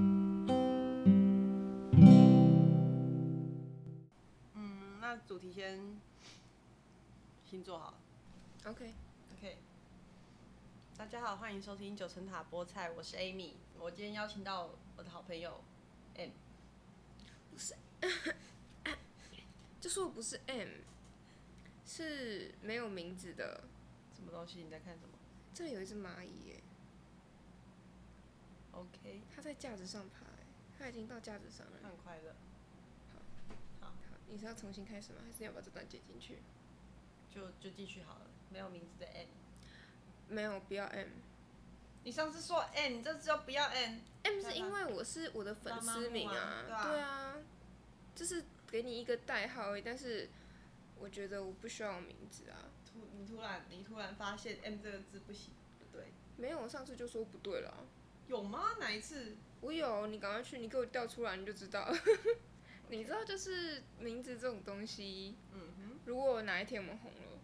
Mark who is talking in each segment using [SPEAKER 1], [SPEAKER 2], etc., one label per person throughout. [SPEAKER 1] 嗯主题先星座好了
[SPEAKER 2] OK，
[SPEAKER 1] OK，大家好，欢迎收听九层塔菠菜，我是 Amy。我今天邀请到我的好朋友 M，
[SPEAKER 2] 就说我不是 M，是没有名字的。
[SPEAKER 1] 什么东西？你在看什么
[SPEAKER 2] 这里有一只蚂蚁耶，
[SPEAKER 1] ？OK，
[SPEAKER 2] 它在架子上爬耶，它已经到架子上了。
[SPEAKER 1] 很快乐。
[SPEAKER 2] 好，你是要重新开始吗？还是你要把这段剪进去？
[SPEAKER 1] 就就继续好了，没有名字的 M。
[SPEAKER 2] 没有，不要 M。
[SPEAKER 1] 你上次说 M，你这次又不要 M。
[SPEAKER 2] M 是因为我是我的粉丝名
[SPEAKER 1] 拉拉木啊对
[SPEAKER 2] 对啊，就是给你一个代号而已，但是我觉得我不需要名字啊。
[SPEAKER 1] 突你突然你突然发现 M 这个字不行，不对，
[SPEAKER 2] 没有，我上次就说不对了啊。
[SPEAKER 1] 有吗？哪一次？
[SPEAKER 2] 我有，你赶快去，你给我调出来，你就知道。 你知道，就是名字这种东西，
[SPEAKER 1] 嗯
[SPEAKER 2] 如果哪一天我们红了，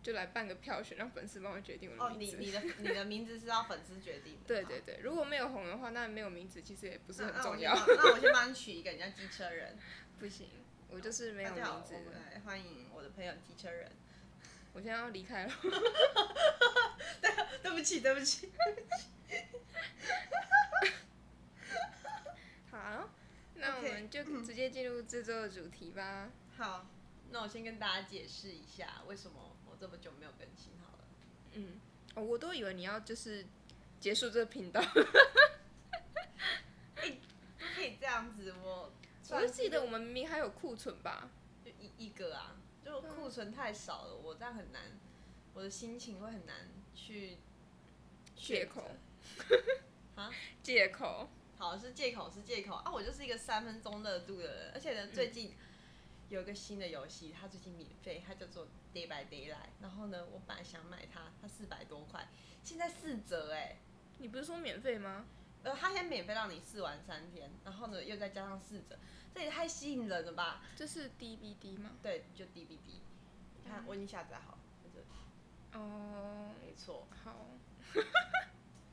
[SPEAKER 2] 就来办个票选，让粉丝帮我决定
[SPEAKER 1] 哼，
[SPEAKER 2] 我
[SPEAKER 1] 哦，
[SPEAKER 2] 的
[SPEAKER 1] 你
[SPEAKER 2] 名字。
[SPEAKER 1] 你的你的名字是要粉丝决定的。
[SPEAKER 2] 对对对，如果没有红的话，那没有名字其实也不
[SPEAKER 1] 不
[SPEAKER 2] 是很重要。
[SPEAKER 1] 那那我先帮你取一个人家机车人。
[SPEAKER 2] 不行，我就是没有
[SPEAKER 1] 大家好，
[SPEAKER 2] 名
[SPEAKER 1] 我
[SPEAKER 2] 字
[SPEAKER 1] 们
[SPEAKER 2] 的。
[SPEAKER 1] 来欢迎我的朋友机车人。
[SPEAKER 2] 我现在要离开了，
[SPEAKER 1] 对不起，对不起。
[SPEAKER 2] 好，那我
[SPEAKER 1] OK，嗯
[SPEAKER 2] 们就直接进入这周的主题吧。
[SPEAKER 1] 好，那我先跟大家解释一下为什么我这么久没有更新好了。
[SPEAKER 2] 嗯，哦，我都以为你要就是结束这个频道，
[SPEAKER 1] 不可以这样子，我
[SPEAKER 2] 我就
[SPEAKER 1] 算
[SPEAKER 2] 记得我们明明还有库存吧。
[SPEAKER 1] 就一一个啊，就库存太少了，我这样很难，我的心情会很难去
[SPEAKER 2] 借
[SPEAKER 1] 选择
[SPEAKER 2] 口
[SPEAKER 1] 啊，
[SPEAKER 2] 借口。
[SPEAKER 1] 好，是借口是借口啊！我就是一个三分钟热度的人，而且呢，最近有一个新的游戏，它最近免费，它叫做 Day by Daylight。然后呢，我本来想买它，它四百多块，现在四折哎、
[SPEAKER 2] 你不是说免费吗？
[SPEAKER 1] 呃，它先免费让你试玩三天，然后呢又再加上四折，这也太吸引人了吧？
[SPEAKER 2] 这是 DVD 吗？
[SPEAKER 1] 对，就 DVD，你
[SPEAKER 2] 嗯
[SPEAKER 1] 看我已经下载好了，这
[SPEAKER 2] 哦，
[SPEAKER 1] 没错。
[SPEAKER 2] 好，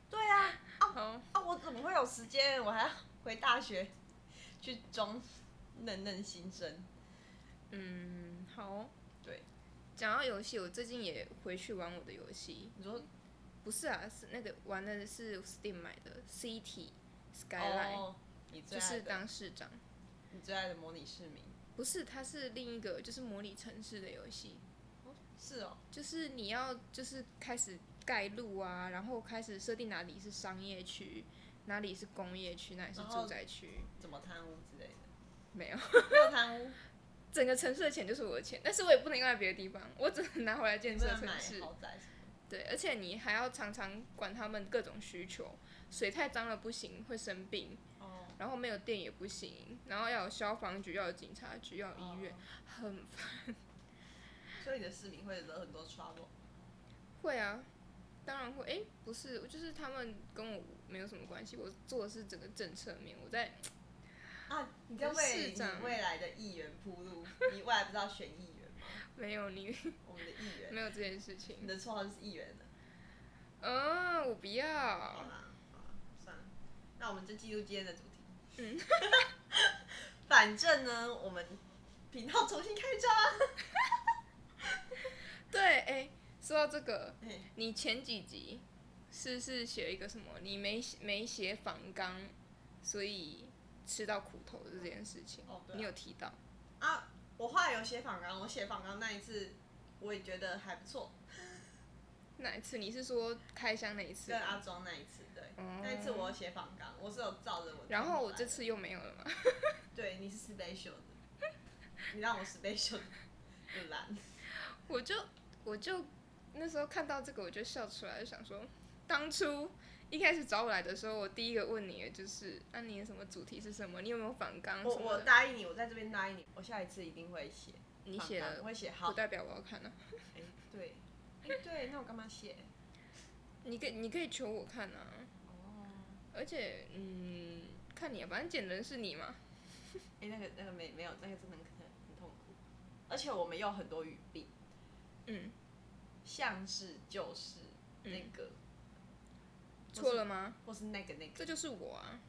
[SPEAKER 1] 对啊，
[SPEAKER 2] 好，
[SPEAKER 1] 啊我怎么会有时间？我还要回大学去装嫩嫩新生。
[SPEAKER 2] 嗯，好。
[SPEAKER 1] 对，
[SPEAKER 2] 讲到游戏，我最近也回去玩我的游戏，
[SPEAKER 1] 你说
[SPEAKER 2] 不是啊，是那个玩的是 Steam 买的 CT Skyline，、
[SPEAKER 1] 哦、你最
[SPEAKER 2] 就
[SPEAKER 1] 爱
[SPEAKER 2] 是
[SPEAKER 1] 的
[SPEAKER 2] 当市长。
[SPEAKER 1] 你最爱的模拟市民
[SPEAKER 2] 不是，它是另一个就是模拟城市的游戏，
[SPEAKER 1] 是哦，
[SPEAKER 2] 就是你要就是开始盖路啊，然后开始设定哪里是商业区，哪里是工业区，哪里是
[SPEAKER 1] 然后
[SPEAKER 2] 住宅区，
[SPEAKER 1] 怎么贪污之类的，
[SPEAKER 2] 没有。
[SPEAKER 1] 没有贪 污，
[SPEAKER 2] 整个城市的钱就是我的钱，但是我也不能用在别的地方，我只能拿回来建
[SPEAKER 1] 不
[SPEAKER 2] 设
[SPEAKER 1] 能
[SPEAKER 2] 城
[SPEAKER 1] 买
[SPEAKER 2] 市。
[SPEAKER 1] 豪宅什么
[SPEAKER 2] 对，而且你还要常常管他们各种需求，水太脏了不行，会生
[SPEAKER 1] 的
[SPEAKER 2] 病，
[SPEAKER 1] 哦，
[SPEAKER 2] 然后没有电也不行，然后要有消防局，要有警察局，要有医院，
[SPEAKER 1] 哦
[SPEAKER 2] 很
[SPEAKER 1] 所以你的市民会惹很多 trouble。
[SPEAKER 2] 会啊，当然会。诶，不是，就是他们跟我没有什么关系，我做的是整个政策面，我在
[SPEAKER 1] 啊，你在
[SPEAKER 2] 不是
[SPEAKER 1] 为
[SPEAKER 2] 市
[SPEAKER 1] 你
[SPEAKER 2] 长
[SPEAKER 1] 未来的议员铺路，你未来不知道选议员吗？
[SPEAKER 2] 没有你
[SPEAKER 1] 我们的议 员，
[SPEAKER 2] 没有这件事情
[SPEAKER 1] 你。的绰号就是议员的。
[SPEAKER 2] 嗯、我不
[SPEAKER 1] 好
[SPEAKER 2] 要。
[SPEAKER 1] 啦，好啦，算了，那我们就进入今天的主题。
[SPEAKER 2] 嗯，
[SPEAKER 1] 反正呢，我们频道重新开 张。
[SPEAKER 2] 对，诶，说到这个，
[SPEAKER 1] 哎
[SPEAKER 2] 你前几集是是写一个什么？你没写没写反纲，所以吃到苦头的这件事情，
[SPEAKER 1] 哦对啊
[SPEAKER 2] 你有提到。
[SPEAKER 1] 啊，我后来有写访纲，我写访纲那一次，我也觉得还不错，
[SPEAKER 2] 哪一次？你是说开箱那一次
[SPEAKER 1] 跟
[SPEAKER 2] 吗？
[SPEAKER 1] 阿庄那一次，对，
[SPEAKER 2] 哦
[SPEAKER 1] 啊那一次我有写访纲，我是有照着我的。
[SPEAKER 2] 然后我这次又没有了嘛？
[SPEAKER 1] 对你是 special 的，你让我 special 就 懒。
[SPEAKER 2] 嗯我就我就那时候看到这个我就笑出来，就想说，当初一开始找我来的时候，我第一个问你的就是，那、你的什么主题是什么？你有没有反纲
[SPEAKER 1] 我
[SPEAKER 2] 什
[SPEAKER 1] 我
[SPEAKER 2] 么的？
[SPEAKER 1] 答应你，我在这边答应你，我下一次一定会写。
[SPEAKER 2] 你写
[SPEAKER 1] 反纲我
[SPEAKER 2] 了，
[SPEAKER 1] 会写好
[SPEAKER 2] 不。代表我要看啊。
[SPEAKER 1] 哎、对，哎、对，那我干嘛写？
[SPEAKER 2] 你可以你可以求我看啊。
[SPEAKER 1] 哦，
[SPEAKER 2] 而且，嗯，看你啊，反正捡人是你嘛。
[SPEAKER 1] 哎、那个那个没没有，那个真的很很痛苦，而且我们有很多语病，
[SPEAKER 2] 嗯，
[SPEAKER 1] 像是就是
[SPEAKER 2] 嗯
[SPEAKER 1] 那个，
[SPEAKER 2] 错了吗？
[SPEAKER 1] 或是那个那个
[SPEAKER 2] 这就是我啊！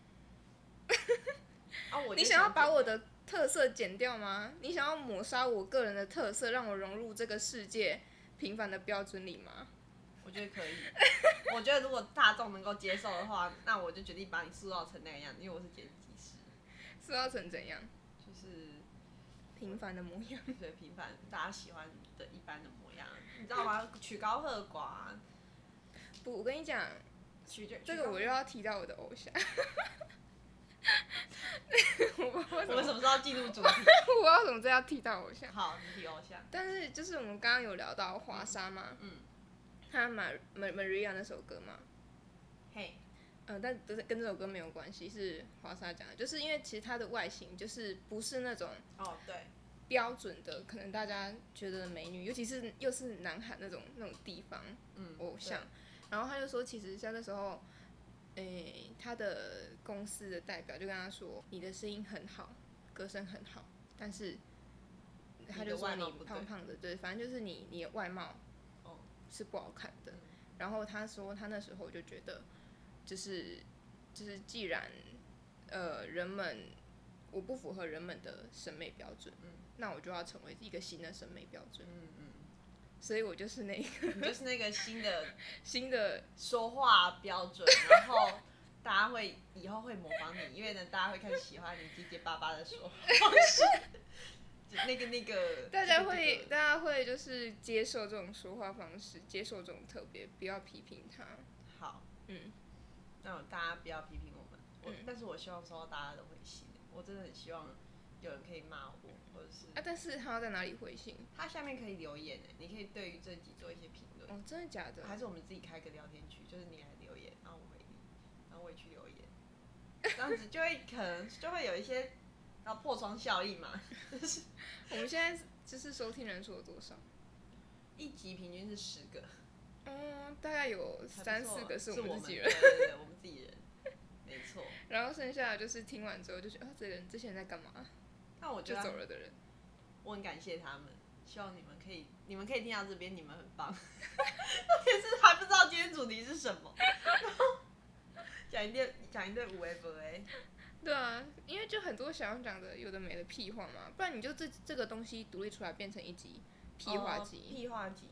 [SPEAKER 1] 啊，我
[SPEAKER 2] 你
[SPEAKER 1] 就
[SPEAKER 2] 想要把
[SPEAKER 1] 剪
[SPEAKER 2] 我的特色剪掉吗？你想要抹杀我个人的特色，让我融入这个世界平凡的标准里吗？
[SPEAKER 1] 我觉得可以。我觉得如果大众能够接受的话，那我就决定把你塑造成那个样子，因为我是剪辑师，
[SPEAKER 2] 塑造成怎样
[SPEAKER 1] 就是
[SPEAKER 2] 平凡的模样？
[SPEAKER 1] 对平凡大家喜欢的一般的模样，你知道吗？曲高和寡，
[SPEAKER 2] 不，我跟你讲，
[SPEAKER 1] 曲就
[SPEAKER 2] 这个我又要提到我的偶像。
[SPEAKER 1] 我们什么时候进入主题？
[SPEAKER 2] 我不知道怎么这样提到偶像，
[SPEAKER 1] 好，你提偶像，
[SPEAKER 2] 但是就是我们刚刚有聊到华莎嘛，
[SPEAKER 1] 嗯，
[SPEAKER 2] 她马 Ma- Maria 那首歌嘛，
[SPEAKER 1] 嘿，
[SPEAKER 2] 呃，但不是跟这首歌没有关系，是华莎讲的，就是因为其实她的外形就是不是那种
[SPEAKER 1] 哦对，
[SPEAKER 2] 标准的，可能大家觉得的美女，尤其是又是南韩那种那种地方
[SPEAKER 1] 嗯，
[SPEAKER 2] 偶像
[SPEAKER 1] 对，，
[SPEAKER 2] 然后他就说，其实像那时候，诶、他的公司的代表就跟他说，你的声音很好，歌声很好，但是他
[SPEAKER 1] 你
[SPEAKER 2] 就
[SPEAKER 1] 的
[SPEAKER 2] 说
[SPEAKER 1] 外貌
[SPEAKER 2] 你
[SPEAKER 1] 不对
[SPEAKER 2] 胖胖的，对，反正就是你你的外貌
[SPEAKER 1] 哦
[SPEAKER 2] 是不好看的
[SPEAKER 1] 嗯。
[SPEAKER 2] 然后他说他那时候就觉得，就是就是既然呃人们我不符合人们的审美标准，
[SPEAKER 1] 嗯
[SPEAKER 2] 那我就要成为一个新的审美标准，
[SPEAKER 1] 嗯嗯，
[SPEAKER 2] 所以我就是那个
[SPEAKER 1] 你就是那个新的
[SPEAKER 2] 新的
[SPEAKER 1] 说话标准，然后大家会以后会模仿你，因为呢，大家会开始喜欢你结结巴巴的说话方式，就那个那个，
[SPEAKER 2] 大家会
[SPEAKER 1] 这，个
[SPEAKER 2] 大家会就是接受这种说话方式，接受这种特别，不要批评他。
[SPEAKER 1] 好，
[SPEAKER 2] 嗯，
[SPEAKER 1] 那大家不要批评我们，我、
[SPEAKER 2] 嗯
[SPEAKER 1] 但是我希望收到大家的回信，我真的很希望有人可以骂我，或者是
[SPEAKER 2] 啊，但是他要在哪里回信？
[SPEAKER 1] 他下面可以留言你可以对于这集做一些评论，
[SPEAKER 2] 哦，真的假的？
[SPEAKER 1] 还是我们自己开个聊天区，就是你来留言，然后我回你，然后我也去留言，这样子就会可能就会有一些。然后破窗效应嘛，
[SPEAKER 2] 我们现在是就是收听人数有多少？
[SPEAKER 1] 一集平均是十个，
[SPEAKER 2] 嗯，大概
[SPEAKER 1] 还
[SPEAKER 2] 有
[SPEAKER 1] 不错啊
[SPEAKER 2] 三四个
[SPEAKER 1] 是
[SPEAKER 2] 啊我们自己人，
[SPEAKER 1] 对对对，我们自己人，没错。
[SPEAKER 2] 然后剩下的就是听完之后就觉得啊，这人之前在干嘛？
[SPEAKER 1] 那我
[SPEAKER 2] 就
[SPEAKER 1] 觉得
[SPEAKER 2] 走了的人。
[SPEAKER 1] 我很感谢他们，希望你们可以，你们可以听到这边，你们很棒。 特别是还不知道今天主题是什么，然后讲一堆讲一堆哎五 F A，
[SPEAKER 2] 对啊，因为就很多想要讲的有的没的屁话嘛，不然你就这这个东西独立出来变成一集屁话
[SPEAKER 1] 哦
[SPEAKER 2] 集。
[SPEAKER 1] 屁话集，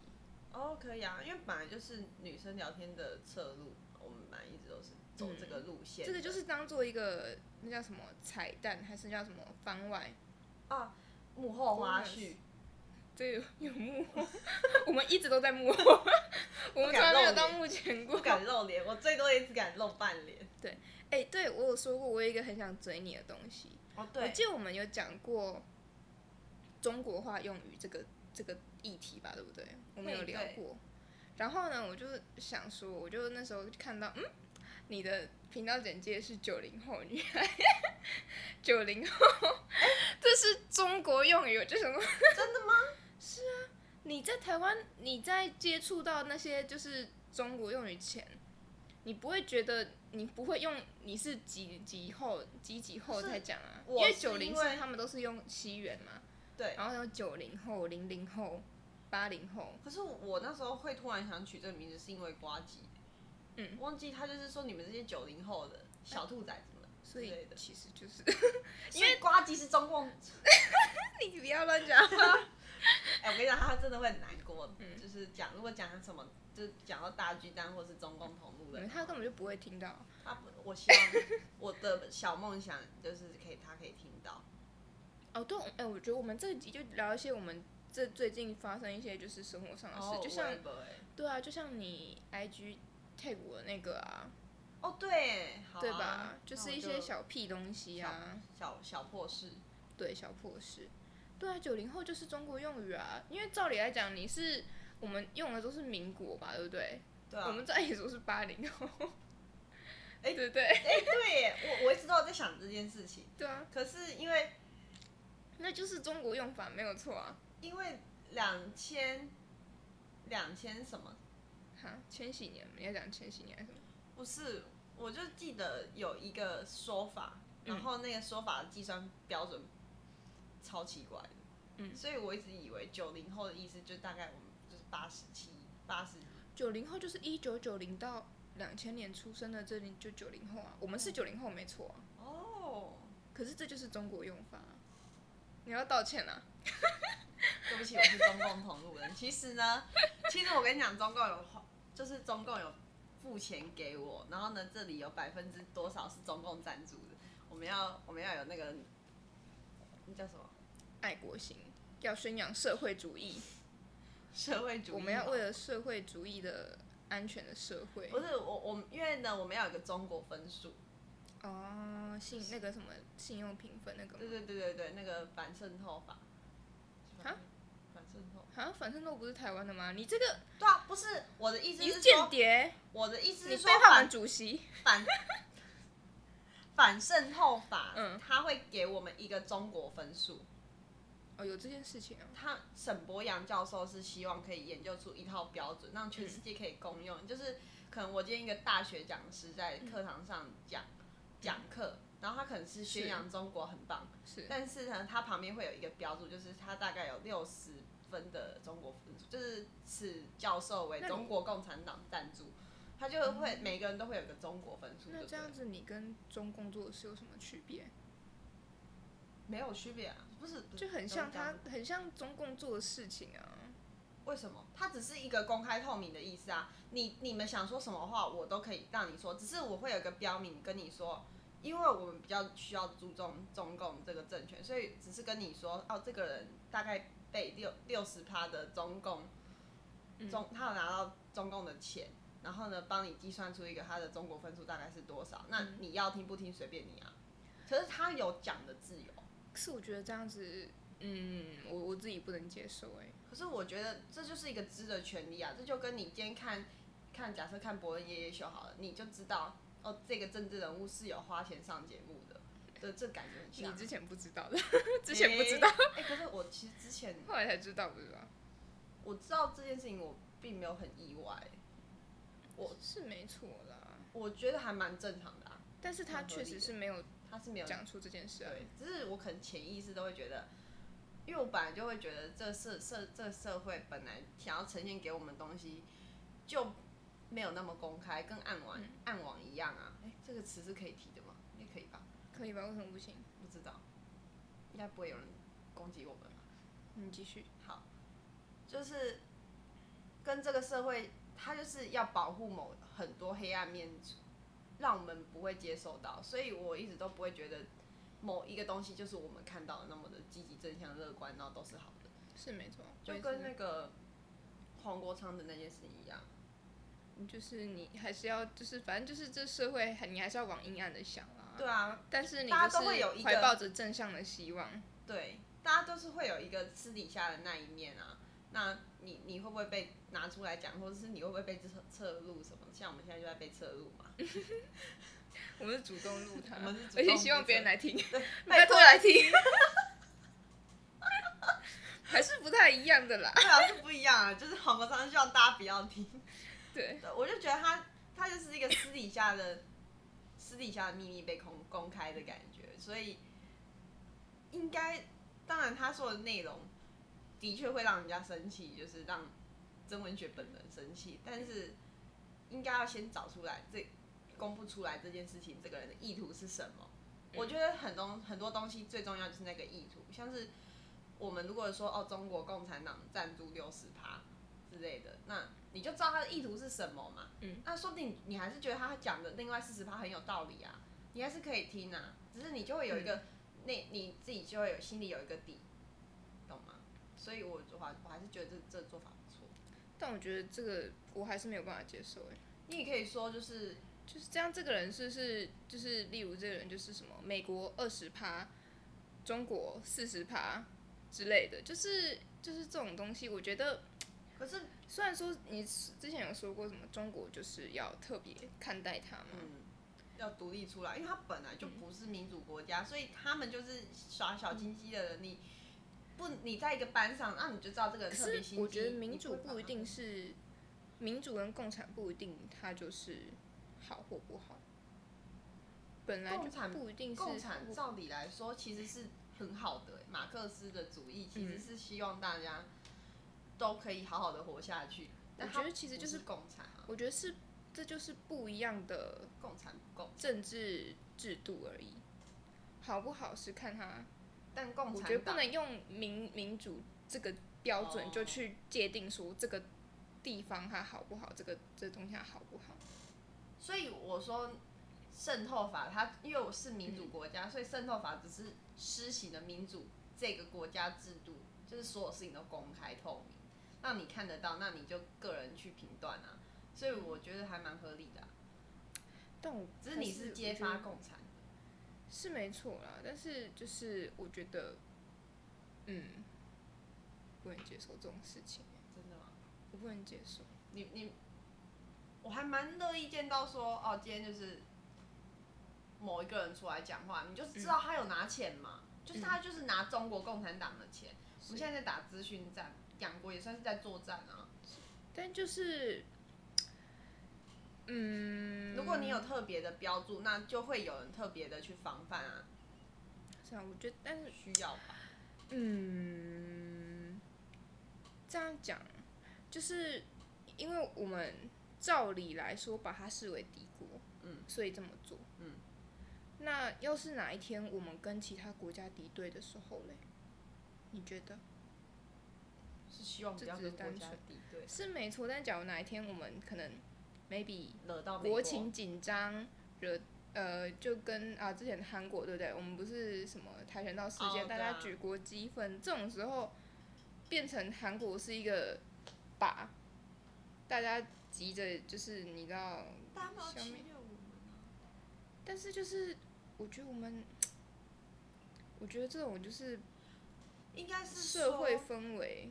[SPEAKER 1] 哦，可以啊，因为本来就是女生聊天的侧路，我们本来一直都是走这个路线的、
[SPEAKER 2] 嗯这个就是当做一个那叫什么彩蛋，还是叫什么番外？
[SPEAKER 1] 啊，幕后花絮，
[SPEAKER 2] 这有有幕后， 我们一直都 在幕后，我们从来没有到幕前
[SPEAKER 1] 不
[SPEAKER 2] 过。
[SPEAKER 1] 敢露脸，我最多也只敢露半脸。
[SPEAKER 2] 哎、对我有说过，我有一个很想追你的东西。
[SPEAKER 1] 哦，
[SPEAKER 2] 我记得我们有讲过中国话用语这个这个议题吧，对不对？我们有聊过。然后呢，我就想说，我就那时候看到，嗯，你的频道简介是九零后女孩， 九零后，这是中国用语，我就想说，真的吗？是 啊，你在台湾，你在接触到那些就是中国用语前。你不会觉得你不会用你是几几后几几后
[SPEAKER 1] 是
[SPEAKER 2] 才讲啊？因
[SPEAKER 1] 我
[SPEAKER 2] 为
[SPEAKER 1] 是因
[SPEAKER 2] 九零
[SPEAKER 1] 为
[SPEAKER 2] 他们都是用西元嘛，
[SPEAKER 1] 对。
[SPEAKER 2] 然后有九零后、零零后、八零后，
[SPEAKER 1] 可是我那时候会突然想取这个名字，是因为瓜吉，
[SPEAKER 2] 嗯，
[SPEAKER 1] 忘记他就是说你们这些九零后的小兔崽子们之
[SPEAKER 2] 所以
[SPEAKER 1] 类的，
[SPEAKER 2] 其实就是
[SPEAKER 1] 因为瓜吉是中共，
[SPEAKER 2] 你不要乱讲话。
[SPEAKER 1] 哎、我跟你讲，他真的会很难过，
[SPEAKER 2] 嗯
[SPEAKER 1] 就是讲如果讲什么，就是讲到大巨蛋或是中共同路的，
[SPEAKER 2] 他根本就不会听到。
[SPEAKER 1] 他不，我希望 我的小梦想就是可以他可以听到，
[SPEAKER 2] 哦，对，哎、我觉得我们这一集就聊一些我们这最近发生一些就是生活上的
[SPEAKER 1] 然
[SPEAKER 2] 事，
[SPEAKER 1] 后
[SPEAKER 2] 就像
[SPEAKER 1] whatever，哎
[SPEAKER 2] 对啊，就像你 IG tag 我的那个啊，
[SPEAKER 1] 哦对，好啊
[SPEAKER 2] 对吧？就是
[SPEAKER 1] 那我
[SPEAKER 2] 一些小屁东西啊。
[SPEAKER 1] 小小破事，
[SPEAKER 2] 对，小破事。对啊，九零后就是中国用语啊，因为照理来讲，你是我们用的都是民国吧，对不对？
[SPEAKER 1] 对啊
[SPEAKER 2] 我，们在也说是八 零后，
[SPEAKER 1] 哎
[SPEAKER 2] 对不对？
[SPEAKER 1] 哎、对耶，我我一直都有在想这件事情，
[SPEAKER 2] 对啊，
[SPEAKER 1] 可是因为。
[SPEAKER 2] 那就是中国用法没有错啊。
[SPEAKER 1] 因为两千两千什么
[SPEAKER 2] 哈，千禧年，你要讲千禧年还是什么？
[SPEAKER 1] 不是，我就记得有一个说法，
[SPEAKER 2] 嗯
[SPEAKER 1] 然后那个说法的计算标准超奇怪的，
[SPEAKER 2] 嗯
[SPEAKER 1] 所以我一直以为九零后的意思就大概我们就是八十七、八十，
[SPEAKER 2] 九零后就是一九九零到两千年出生的，这里嗯就九零后啊，我们是九零后没错啊。
[SPEAKER 1] 哦，
[SPEAKER 2] 可是这就是中国用法啊、你要道歉啊！
[SPEAKER 1] 对不起，我是中共同路人。其实呢，其实我跟你讲，中共有花，就是中共有付钱给我，然后呢，这里有百分之多少是中共赞助的？我们要我们要有那个，那叫什么？
[SPEAKER 2] 爱国心要宣扬社会主义，
[SPEAKER 1] 社会主义吗。
[SPEAKER 2] 我们要为了社会主义的安全的社会
[SPEAKER 1] 不是我我，因为呢，我们要有一个中国分数。
[SPEAKER 2] 哦，信那个什么信用评分那个
[SPEAKER 1] 对对对对对，那个反渗透法。
[SPEAKER 2] 啊？
[SPEAKER 1] 反渗透？
[SPEAKER 2] 啊，反正都不是台湾的吗？你这个
[SPEAKER 1] 对啊，不是我的意思
[SPEAKER 2] 你
[SPEAKER 1] 是
[SPEAKER 2] 是间
[SPEAKER 1] 说，
[SPEAKER 2] 谍，
[SPEAKER 1] 我的意思
[SPEAKER 2] 你
[SPEAKER 1] 是说
[SPEAKER 2] 背叛我
[SPEAKER 1] 反
[SPEAKER 2] 们主席，
[SPEAKER 1] 反反渗透法，
[SPEAKER 2] 嗯
[SPEAKER 1] 它会给我们一个中国分数。
[SPEAKER 2] 哦，有这件事情哦。
[SPEAKER 1] 他沈博洋教授是希望可以研究出一套标准，让全世界可以公用。就是可能我今天一个大学讲师在课堂上讲讲课，然后他可能是宣扬中国很棒，
[SPEAKER 2] 嗯是
[SPEAKER 1] 但是呢，他旁边会有一个标注，就是他大概有六十分的中国分数，就是此教授为
[SPEAKER 2] 那你嗯
[SPEAKER 1] 中国共产党赞助，他就会、每个人都会有一个中国分数，对
[SPEAKER 2] 那
[SPEAKER 1] 不
[SPEAKER 2] 这
[SPEAKER 1] 对？
[SPEAKER 2] 样子，你跟中共做的是有什么区别？
[SPEAKER 1] 没有区别啊，不是
[SPEAKER 2] 就很像他
[SPEAKER 1] 他，，
[SPEAKER 2] 很像中共做的事情啊。
[SPEAKER 1] 为什么？它只是一个公开透明的意思啊！你你们想说什么话，我都可以让你说，只是我会有一个标明跟你说，因为我们比较需要注重中共这个政权，所以只是跟你说，哦，这个人大概被六六十趴的中共中，他有拿到中共的钱，然后呢，帮你计算出一个他的中国分数大概是多少，那你要听不听随便你啊。可是他有讲的自由。
[SPEAKER 2] 可是我觉得这样子，嗯，我我自己不能接受哎、
[SPEAKER 1] 可是我觉得这就是一个知的权利啊，这就跟你今天看看，假设看伯恩夜夜秀好了，你就知道哦，这个政治人物是有花钱上节目的，这这感觉很像
[SPEAKER 2] 你。之前不知道的， 之前不知道，
[SPEAKER 1] 哎、可是我其实之前
[SPEAKER 2] 后来才知道，不是吧？
[SPEAKER 1] 我知道这件事情，我并没有很意外，我
[SPEAKER 2] 是没错啦，
[SPEAKER 1] 我觉得还蛮正常的啊，
[SPEAKER 2] 但是他
[SPEAKER 1] 蛮合
[SPEAKER 2] 确
[SPEAKER 1] 理
[SPEAKER 2] 实
[SPEAKER 1] 的
[SPEAKER 2] 是没有
[SPEAKER 1] 他是没有
[SPEAKER 2] 讲出这件事啊。
[SPEAKER 1] 对，只是我可能潜意识都会觉得，因为我本来就会觉得这社社这社会本来想要呈现给我们的东西就没有那么公开，跟暗网、暗网一样啊。哎、这个词是可以提的吗？也可以吧，
[SPEAKER 2] 可以吧？为什么不行？
[SPEAKER 1] 不知道，应该不会有人攻击我们吧。
[SPEAKER 2] 你继续。
[SPEAKER 1] 好，就是跟这个社会，它就是要保护某很多黑暗面，让我们不会接受到，所以我一直都不会觉得某一个东西就是我们看到的那么的积极、正向、乐观，然后都是好的，
[SPEAKER 2] 是没错，我
[SPEAKER 1] 就
[SPEAKER 2] 也
[SPEAKER 1] 跟
[SPEAKER 2] 是
[SPEAKER 1] 那个黄国昌的那件事一样。
[SPEAKER 2] 就是你还是要，就是反正就是这社会，你还是要往阴暗的想啊。
[SPEAKER 1] 对啊，
[SPEAKER 2] 但是你
[SPEAKER 1] 大家
[SPEAKER 2] 就是
[SPEAKER 1] 都会有一个
[SPEAKER 2] 怀抱着正向的希望，
[SPEAKER 1] 对，大家都是会有一个私底下的那一面啊。那你你会不会被拿出来讲，或者是你会不会被侧侧录什么？像我们现在就在被侧录嘛，
[SPEAKER 2] 我们是主动录他，
[SPEAKER 1] 我们是主
[SPEAKER 2] 而且
[SPEAKER 1] 动
[SPEAKER 2] 希望
[SPEAKER 1] 录
[SPEAKER 2] 别人
[SPEAKER 1] 这
[SPEAKER 2] 来听，拜
[SPEAKER 1] 拜
[SPEAKER 2] 托来听，还是不太一样的啦。
[SPEAKER 1] 对啊，是不一样啊，就是黄国昌希望大家不要听。
[SPEAKER 2] 对，
[SPEAKER 1] 对，我就觉得他他就是一个私底下的私底下的秘密被公公开的感觉，所以应该当然他说的内容的确会让人家生气，就是让曾文学本人生气，但是应该要先找出来这公布出来这件事情，这个人的意图是什么。我觉得很多很多东西最重要就是那个意图，像是我们如果说哦中国共产党赞助六十趴之类的，那你就知道他的意图是什么嘛。
[SPEAKER 2] 嗯，
[SPEAKER 1] 那说不定你还是觉得他讲的另外四十趴很有道理啊，你还是可以听啊，只是你就会有一
[SPEAKER 2] 嗯
[SPEAKER 1] 个那、你自己就会有心里有一个底，懂吗？所以我我还我还是觉得这这做法不错。
[SPEAKER 2] 但我觉得这个我还是没有办法接受哎，
[SPEAKER 1] 你也可以说就是
[SPEAKER 2] 就是这样，这个人是不是就是例如这个人就是什么美国二十趴，中国四十趴之类的，就是就是这种东西，我觉得。
[SPEAKER 1] 可是
[SPEAKER 2] 虽然说你之前有说过什么中国就是要特别看待它嘛，
[SPEAKER 1] 嗯，要独立出来，因为他本来就
[SPEAKER 2] 嗯
[SPEAKER 1] 不是民主国家，所以他们就是耍小心机的人。你不，你在一个班上，那、你就知道这个人
[SPEAKER 2] 可
[SPEAKER 1] 特别心
[SPEAKER 2] 是
[SPEAKER 1] 机。
[SPEAKER 2] 我觉得民
[SPEAKER 1] 你
[SPEAKER 2] 主
[SPEAKER 1] 会把
[SPEAKER 2] 不一
[SPEAKER 1] 他
[SPEAKER 2] 定是民主跟共产不一定它就是好或不好，本来就
[SPEAKER 1] 共产
[SPEAKER 2] 不一定是
[SPEAKER 1] 共产
[SPEAKER 2] 不
[SPEAKER 1] 照理来说其实是很好的、欸马克思的主义其实
[SPEAKER 2] 嗯
[SPEAKER 1] 是希望大家都可以好好的活下去。
[SPEAKER 2] 我
[SPEAKER 1] 但
[SPEAKER 2] 觉
[SPEAKER 1] 它
[SPEAKER 2] 得其实
[SPEAKER 1] 不
[SPEAKER 2] 就是
[SPEAKER 1] 是共产啊，
[SPEAKER 2] 我觉得是这就是不一样的
[SPEAKER 1] 共产不共。
[SPEAKER 2] 政治制度而已，好不好是看它
[SPEAKER 1] 但共
[SPEAKER 2] 我
[SPEAKER 1] 产
[SPEAKER 2] 觉得不
[SPEAKER 1] 党
[SPEAKER 2] 能用民民主这个标准就
[SPEAKER 1] 哦
[SPEAKER 2] 去界定说这个地方它好不好，这个这东西它好不好。
[SPEAKER 1] 所以我说渗透法它，因为我是民
[SPEAKER 2] 嗯
[SPEAKER 1] 主国家，所以渗透法只是施行了民主这个国家制度，就是所有事情都公开透明，让你看得到，那你就个人去评断啊。所以我觉得还蛮合理的啊、
[SPEAKER 2] 但我
[SPEAKER 1] 只是
[SPEAKER 2] 还
[SPEAKER 1] 你是揭
[SPEAKER 2] 我觉
[SPEAKER 1] 发
[SPEAKER 2] 得
[SPEAKER 1] 共产的，
[SPEAKER 2] 是没错啦，但是就是我觉得，嗯，不能接受这种事情，
[SPEAKER 1] 真的吗？
[SPEAKER 2] 我不能接受。
[SPEAKER 1] 你你，我还蛮乐意见到说，哦，今天就是某一个人出来讲话，你就是知
[SPEAKER 2] 嗯
[SPEAKER 1] 道他有拿钱嘛，就是他就是拿中国共产党的钱。我们
[SPEAKER 2] 是
[SPEAKER 1] 现在在打资讯战，两国也算是在作战啊。
[SPEAKER 2] 但就是，嗯，
[SPEAKER 1] 如果你有特别的标注，那就会有人特别的去防范啊，
[SPEAKER 2] 是啊，我觉得，但是
[SPEAKER 1] 需要吧？
[SPEAKER 2] 嗯，这样讲，就是因为我们照理来说把它视为敌国，
[SPEAKER 1] 嗯，
[SPEAKER 2] 所以这么做，
[SPEAKER 1] 嗯。
[SPEAKER 2] 那要是哪一天我们跟其他国家敌对的时候嘞，你觉得
[SPEAKER 1] 是希望不要
[SPEAKER 2] 这只
[SPEAKER 1] 跟
[SPEAKER 2] 是
[SPEAKER 1] 国
[SPEAKER 2] 单
[SPEAKER 1] 家
[SPEAKER 2] 纯
[SPEAKER 1] 敌对，
[SPEAKER 2] 是没错？但假如哪一天我们可能 maybe
[SPEAKER 1] 惹到美
[SPEAKER 2] 国情紧张，惹呃就跟啊之前韩国对不对？我们不是什么跆拳道事件
[SPEAKER 1] 哦
[SPEAKER 2] 大
[SPEAKER 1] 对啊
[SPEAKER 2] 家举国激愤，这种时候变成韩国是一个靶，大家急着就是你知道，
[SPEAKER 1] 大家没有
[SPEAKER 2] 消
[SPEAKER 1] 欺
[SPEAKER 2] 灭
[SPEAKER 1] 骗我们啊。
[SPEAKER 2] 但是就是我觉得我们，我觉得这种就是
[SPEAKER 1] 应该是
[SPEAKER 2] 社会
[SPEAKER 1] 说，
[SPEAKER 2] 氛围，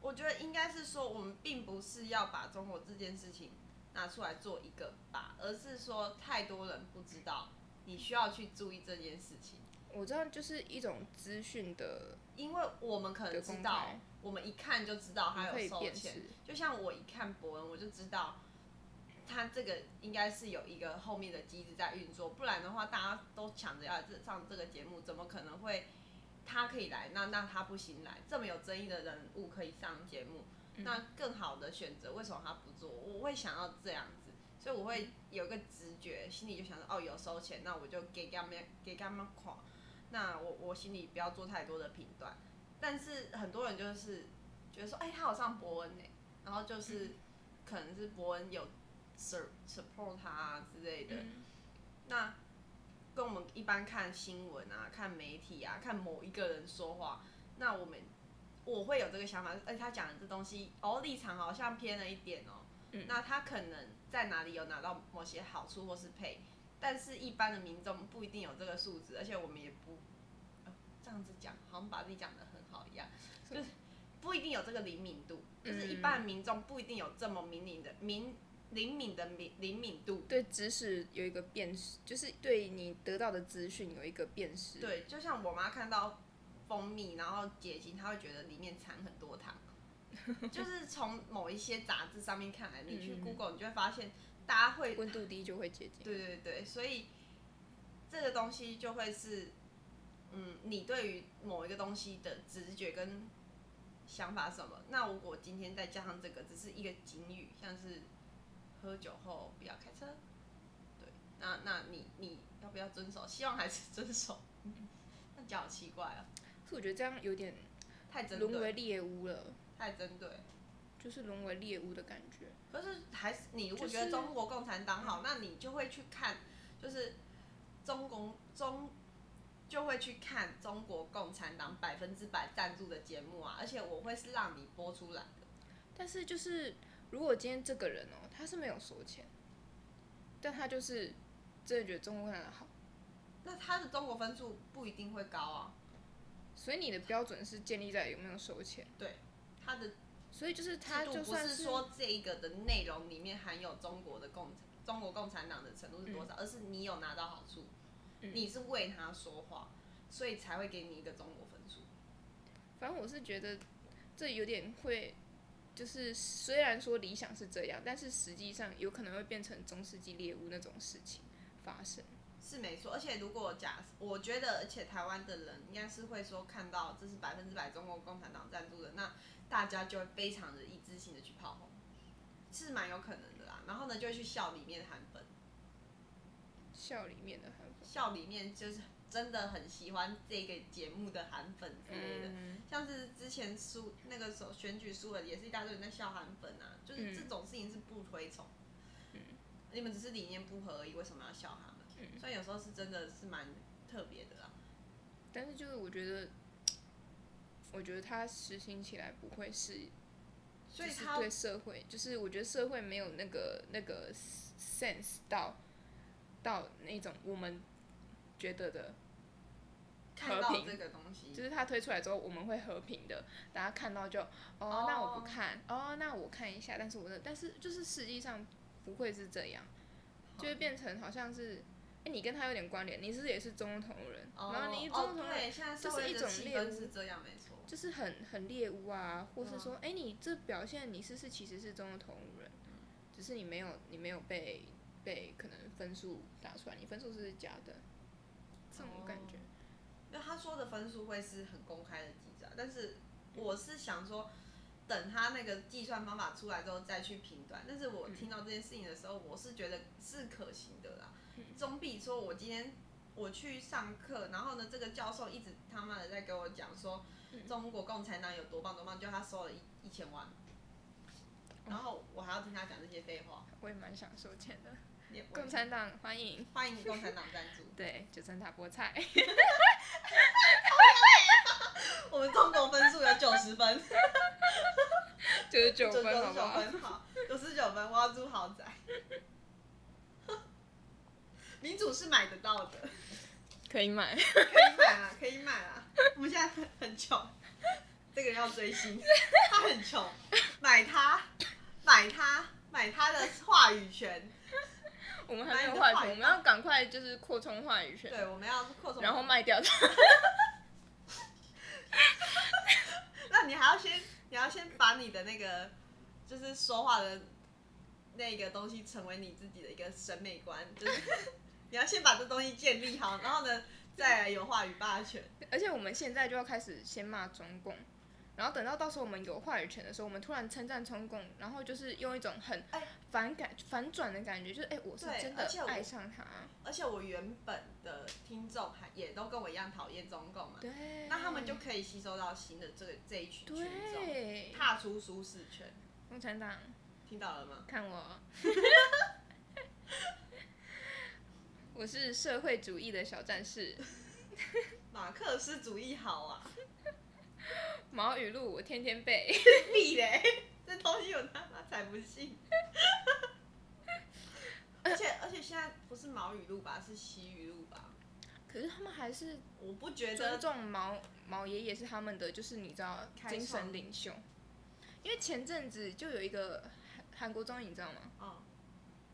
[SPEAKER 1] 我觉得应该是说，我们并不是要把中国这件事情拿出来做一个吧，而是说太多人不知道，你需要去注意这件事情，
[SPEAKER 2] 我知道就是一种资讯的
[SPEAKER 1] 因为我们可
[SPEAKER 2] 的
[SPEAKER 1] 能知
[SPEAKER 2] 公
[SPEAKER 1] 道
[SPEAKER 2] 开，，
[SPEAKER 1] 我们一看就知道他
[SPEAKER 2] 可
[SPEAKER 1] 哦有
[SPEAKER 2] 以
[SPEAKER 1] 收
[SPEAKER 2] 辨
[SPEAKER 1] 钱
[SPEAKER 2] 识，。
[SPEAKER 1] 就像我一看博文，我就知道他这个应该是有一个后面的机制在运作，不然的话大家都抢着要这上这个节目，怎么可能会他可以来，那那他不行来？这么有争议的人物可以上节目，那更好的选择为什么他不做？我会想要这样子。所以我会有一个直觉，心里就想着哦，有收钱，那我就给他们给他们垮。那我我心里不要做太多的评断，但是很多人就是觉得说，哎、他有上博文呢，然后就是可能是伯恩有 sur- support 他、啊、之类的。那跟我们一般看新闻啊、看媒体啊、看某一个人说话，那我们我会有这个想法，而且他讲的这东西哦，立场好像偏了一点哦。那他可能在哪里有拿到某些好处或是配，但是一般的民众不一定有这个素质，而且我们也不、呃这样子讲，好像把自己讲的很好一样，就是不一定有这个灵敏度，就是一般民众不一定有这么灵敏的敏灵敏的敏灵敏度。
[SPEAKER 2] 对知识有一个辨识，就是对你得到的资讯有一个辨识。，
[SPEAKER 1] 对，就像我妈看到蜂蜜然后结晶，她会觉得里面掺很多糖，就是从某一些杂志上面看来，你去
[SPEAKER 2] 嗯
[SPEAKER 1] Google 你就会发现，大家会
[SPEAKER 2] 温度低就会结晶。
[SPEAKER 1] 对对对，所以这个东西就会是，嗯，你对于某一个东西的直觉跟想法是什么？那如果今天再加上这个，只是一个警语，像是喝酒后不要开车，对，那那你你要不要遵守？希望还是遵守。 那讲好奇怪哦，
[SPEAKER 2] 所以我觉得这样有点
[SPEAKER 1] 太针
[SPEAKER 2] 沦为
[SPEAKER 1] 对，
[SPEAKER 2] 猎巫了，
[SPEAKER 1] 太针对。
[SPEAKER 2] 就是沦为猎巫的感觉。
[SPEAKER 1] 可是还是你如果
[SPEAKER 2] 就
[SPEAKER 1] 觉得
[SPEAKER 2] 是嗯
[SPEAKER 1] 中国共产党好，那你就会去看，就是中共中就会去看中国共产党百分之百赞助的节目啊，而且我会是让你播出来的。
[SPEAKER 2] 但是就是如果今天这个人哦，他是没有收钱，但他就是真的觉得中国共产党好，
[SPEAKER 1] 那他的中国分数不一定会高啊，
[SPEAKER 2] 所以你的标准是建立在有没有收钱。
[SPEAKER 1] 他的
[SPEAKER 2] 所以就是他
[SPEAKER 1] 制
[SPEAKER 2] 就
[SPEAKER 1] 度不
[SPEAKER 2] 算
[SPEAKER 1] 是说这一个的内容里面含有中国的共中国共产党的程度是多少，而是你有拿到好处，
[SPEAKER 2] 嗯
[SPEAKER 1] 你是为他说话，所以才会给你一个中国分数。
[SPEAKER 2] 反正我是觉得这有点会，就是虽然说理想是这样，但是实际上有可能会变成中世纪猎物那种事情发生。
[SPEAKER 1] 是没错，而且如果假，我觉得，而且台湾的人应该是会说看到这是百分之百中国共产党赞助的，那大家就会非常的一致性的去炮轰，是蛮有可能的啦。然后呢，就会去笑里面的韩粉，
[SPEAKER 2] 校里面的韩粉
[SPEAKER 1] 校里面就是真的很喜欢这个节目的韩粉之类的，
[SPEAKER 2] 嗯，
[SPEAKER 1] 像是之前输那个时候选举输了，也是一大堆人在笑韩粉啊，就是
[SPEAKER 2] 嗯
[SPEAKER 1] 这种事情是不推崇。
[SPEAKER 2] 嗯
[SPEAKER 1] 你们只是理念不合而已，为什么要笑他们？
[SPEAKER 2] 嗯
[SPEAKER 1] 所以有时候是真的是蛮特别的啦。
[SPEAKER 2] 但是就是我觉得，我觉得它实行起来不会是，
[SPEAKER 1] 所以
[SPEAKER 2] 就是
[SPEAKER 1] 他
[SPEAKER 2] 对社会，就是我觉得社会没有那个那个 sense 到到那种我们觉得的
[SPEAKER 1] 看
[SPEAKER 2] 和
[SPEAKER 1] 到
[SPEAKER 2] 平
[SPEAKER 1] 这个东西，
[SPEAKER 2] 就是它推出来之后，我们会和平的，大家看到就哦
[SPEAKER 1] 哦
[SPEAKER 2] 那我不看，哦，那我看一下，但是我的，但是就是实际上不会是这样，就会变成好像是，哎、你跟他有点关联，你是不是也是中同人，
[SPEAKER 1] 哦
[SPEAKER 2] 然后你一中
[SPEAKER 1] 哦
[SPEAKER 2] 同人、
[SPEAKER 1] 对，现在社
[SPEAKER 2] 就是
[SPEAKER 1] 会
[SPEAKER 2] 一
[SPEAKER 1] 的
[SPEAKER 2] 种
[SPEAKER 1] 气
[SPEAKER 2] 猎
[SPEAKER 1] 氛
[SPEAKER 2] 物
[SPEAKER 1] 是这样，没错。
[SPEAKER 2] 就是很很猎物啊，或是
[SPEAKER 1] 嗯
[SPEAKER 2] 说，哎、你这表现你是是其实是中同人，只是你没有你没有被被可能分数打出来，你分数是假的，这种感觉，
[SPEAKER 1] 因为他说的分数会是很公开的计算，但是我是想说，等他那个计算方法出来之后再去评断。但是
[SPEAKER 2] 嗯
[SPEAKER 1] 我听到这件事情的时候，我是觉得是可行的啦，
[SPEAKER 2] 嗯
[SPEAKER 1] 总比说我今天我去上课，然后呢，这个教授一直他妈的在给我讲说
[SPEAKER 2] 嗯
[SPEAKER 1] 中国共产党有多棒多棒，就他收了一一千万。
[SPEAKER 2] 哦
[SPEAKER 1] 然后我还要听他讲这些废话，
[SPEAKER 2] 我也蛮想收钱的，
[SPEAKER 1] 也哦我
[SPEAKER 2] 共产党欢迎，
[SPEAKER 1] 欢迎共产党赞助。
[SPEAKER 2] 对，九层塔菠菜。
[SPEAKER 1] 我们中国分数有九十分，
[SPEAKER 2] 九十九
[SPEAKER 1] 九
[SPEAKER 2] 分，好
[SPEAKER 1] 十
[SPEAKER 2] 不
[SPEAKER 1] 九
[SPEAKER 2] 好？
[SPEAKER 1] 分好，九十九分，我要住豪宅。民主是买得到的，
[SPEAKER 2] 可以买。
[SPEAKER 1] 可以买啊，可以买啊。我们现在很很穷，这个人要追星，他很穷，买他，买他，买他的话语权。
[SPEAKER 2] 我们还没有话语权，我们要赶快就是扩充话语权，
[SPEAKER 1] 对，我们要扩充。
[SPEAKER 2] 然后卖掉它。
[SPEAKER 1] 那你还要先，你要先把你的那个，就是说话的那个东西，成为你自己的一个审美观， 就是你要先把这东西建立好，然后呢，再来有话语霸权。
[SPEAKER 2] 而且我们现在就要开始先骂中共，然后等到到时候我们有话语权的时候，我们突然称赞中共，然后就是用一种很
[SPEAKER 1] 哎
[SPEAKER 2] 反感、反转的感觉，就是哎、我是
[SPEAKER 1] 对
[SPEAKER 2] 真
[SPEAKER 1] 而且
[SPEAKER 2] 的
[SPEAKER 1] 我
[SPEAKER 2] 爱上他。
[SPEAKER 1] 而且我原本的听众还也都跟我一样讨厌中共嘛，
[SPEAKER 2] 对，
[SPEAKER 1] 那他们就可以吸收到新的这个这一群群众，
[SPEAKER 2] 对
[SPEAKER 1] 踏出舒适圈，
[SPEAKER 2] 共产党
[SPEAKER 1] 听到了吗？
[SPEAKER 2] 看我。我是社会主义的小战士，
[SPEAKER 1] 马克思主义好啊，
[SPEAKER 2] 毛语录我天天背。
[SPEAKER 1] 屁嘞， 这东西我他妈才不信。 而且而且现在不是毛语录吧，是西语录吧？
[SPEAKER 2] 可是他们还是
[SPEAKER 1] 我不觉
[SPEAKER 2] 尊
[SPEAKER 1] 得，
[SPEAKER 2] 重毛毛爷爷是他们的，就是你知道
[SPEAKER 1] 开创
[SPEAKER 2] 精神领袖。因为前阵子就有一个韩韩国综艺，你知道吗？
[SPEAKER 1] 嗯，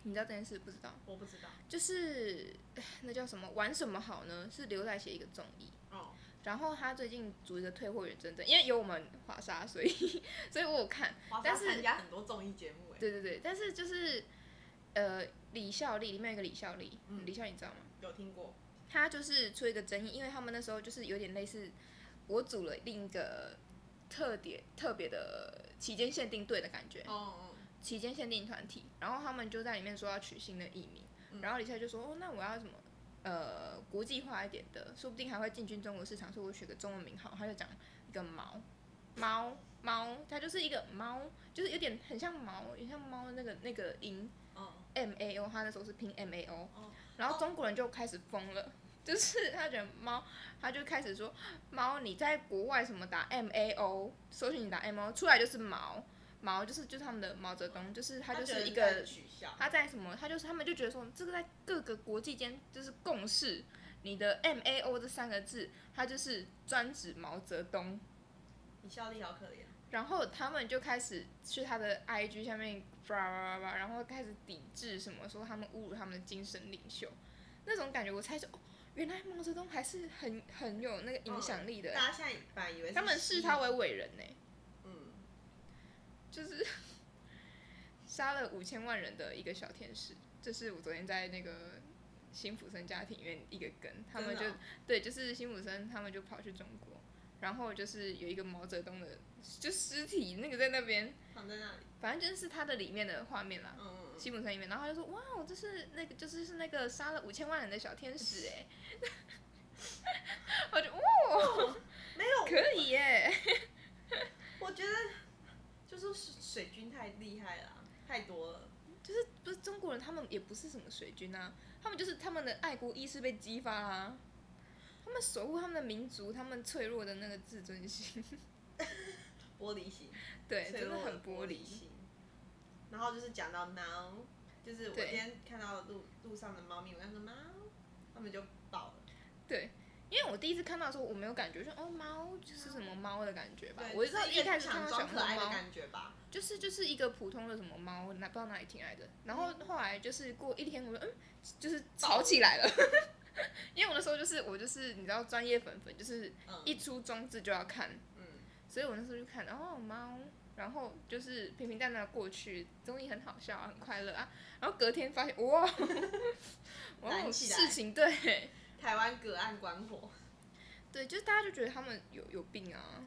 [SPEAKER 2] 你知道这件事不知道？
[SPEAKER 1] 我不知道，
[SPEAKER 2] 就是唉那叫什么玩什么好呢？是刘在写一个综艺，
[SPEAKER 1] 哦，
[SPEAKER 2] 然后他最近组一个退货员真正，因为有我们华沙，所以 所以我有看。
[SPEAKER 1] 华莎
[SPEAKER 2] 但是
[SPEAKER 1] 参加很多综艺节目哎，
[SPEAKER 2] 对对对，但是就是呃李孝利里面有一个李孝利，
[SPEAKER 1] 嗯
[SPEAKER 2] 李孝利你知道吗？
[SPEAKER 1] 有听过？
[SPEAKER 2] 他就是出一个争议，因为他们那时候就是有点类似，我组了另一个特点特别的期间限定队的感觉，
[SPEAKER 1] 哦哦，
[SPEAKER 2] 期间限定团体，然后他们就在里面说要取新的艺名，
[SPEAKER 1] 嗯
[SPEAKER 2] 然后李夏就说哦，那我要什么？呃，国际化一点的，说不定还会进军中国市场。说我取个中文名好，他就讲一个毛猫猫，它就是一个猫，就是有点很像毛，有点像猫的那个那个音
[SPEAKER 1] 哦，
[SPEAKER 2] M A O，他那时候是拼 M A O，、
[SPEAKER 1] 哦
[SPEAKER 2] 然后中国人就开始疯了。就是 他觉得猫，他就开始说猫，你在国外什么打 M A O，搜寻你打 M O 出来就是毛毛，就是就是他们的毛泽东，就是他就
[SPEAKER 1] 觉得
[SPEAKER 2] 是一
[SPEAKER 1] 你在
[SPEAKER 2] 个
[SPEAKER 1] 取笑，
[SPEAKER 2] 他在什么，他就是他们就觉得说这个在各个国际间就是共识，你的 M A O 这三个字，它就是专指毛泽东，
[SPEAKER 1] 你效力好可怜。啊
[SPEAKER 2] 然后他们就开始去他的 IG 下面叭叭叭叭，然后开始抵制什么，说他们侮辱他们的精神领袖，那种感觉，我猜就哦，原来毛泽东还是很很有那个影响力的，
[SPEAKER 1] 大家现在本来以为
[SPEAKER 2] 他们视
[SPEAKER 1] 是
[SPEAKER 2] 他为伟人呢、
[SPEAKER 1] 嗯，
[SPEAKER 2] 就是 杀了五千万人的一个小天使，这是我昨天在那个辛普森家庭里面一个梗，他们就、
[SPEAKER 1] 真的哦
[SPEAKER 2] 对，就是辛普森他们就跑去中国，然后就是有一个毛泽东的就尸体那个在那边。
[SPEAKER 1] 躺在那里，
[SPEAKER 2] 反正就是它的里面的画面啦
[SPEAKER 1] 嗯。嗯
[SPEAKER 2] 西部城里面，然后他就说哇，我这是那个就是是那个杀了五千万人的小天使哎， 我就哇
[SPEAKER 1] 嗯 没有，
[SPEAKER 2] 哦可以耶，
[SPEAKER 1] 我觉得就是水水军太厉害了啊，太多了。
[SPEAKER 2] 就是不是中国人他们也不是什么水军啊，他们就是他们的爱国意识被激发啦、啊他们守护他们的民族，他们脆弱的那个自尊心，
[SPEAKER 1] 玻璃心，
[SPEAKER 2] 对，
[SPEAKER 1] 脆
[SPEAKER 2] 真的
[SPEAKER 1] 弱
[SPEAKER 2] 很玻璃
[SPEAKER 1] 心。然后就是讲到猫，就是我
[SPEAKER 2] 对
[SPEAKER 1] 今天看到路路上的猫咪，我跟它说猫，它们就爆了。
[SPEAKER 2] 对，因为我第一次看到的时候，我没有感觉说哦猫就是什么猫的感觉吧，
[SPEAKER 1] 对，
[SPEAKER 2] 我
[SPEAKER 1] 就
[SPEAKER 2] 知道
[SPEAKER 1] 是一个
[SPEAKER 2] 开始看
[SPEAKER 1] 想
[SPEAKER 2] 到小
[SPEAKER 1] 装可爱的
[SPEAKER 2] 猫，
[SPEAKER 1] 感觉吧。
[SPEAKER 2] 就是就是一个普通的什么猫，哪不知道哪里听来的。然后
[SPEAKER 1] 嗯
[SPEAKER 2] 后来就是过一天，我说嗯，就是吵起来了。 因为我那时候就是我就是你知道专业粉粉，就是
[SPEAKER 1] 嗯
[SPEAKER 2] 一出装置就要看，
[SPEAKER 1] 嗯，
[SPEAKER 2] 所以我那时候就看哦猫，然后就是平平淡淡地过去，综艺很好笑啊，很快乐啊。然后隔天发现哇， 哇哦
[SPEAKER 1] 燃起来
[SPEAKER 2] 事情对
[SPEAKER 1] 台湾隔岸观火，
[SPEAKER 2] 对，就是大家就觉得他们有有病啊。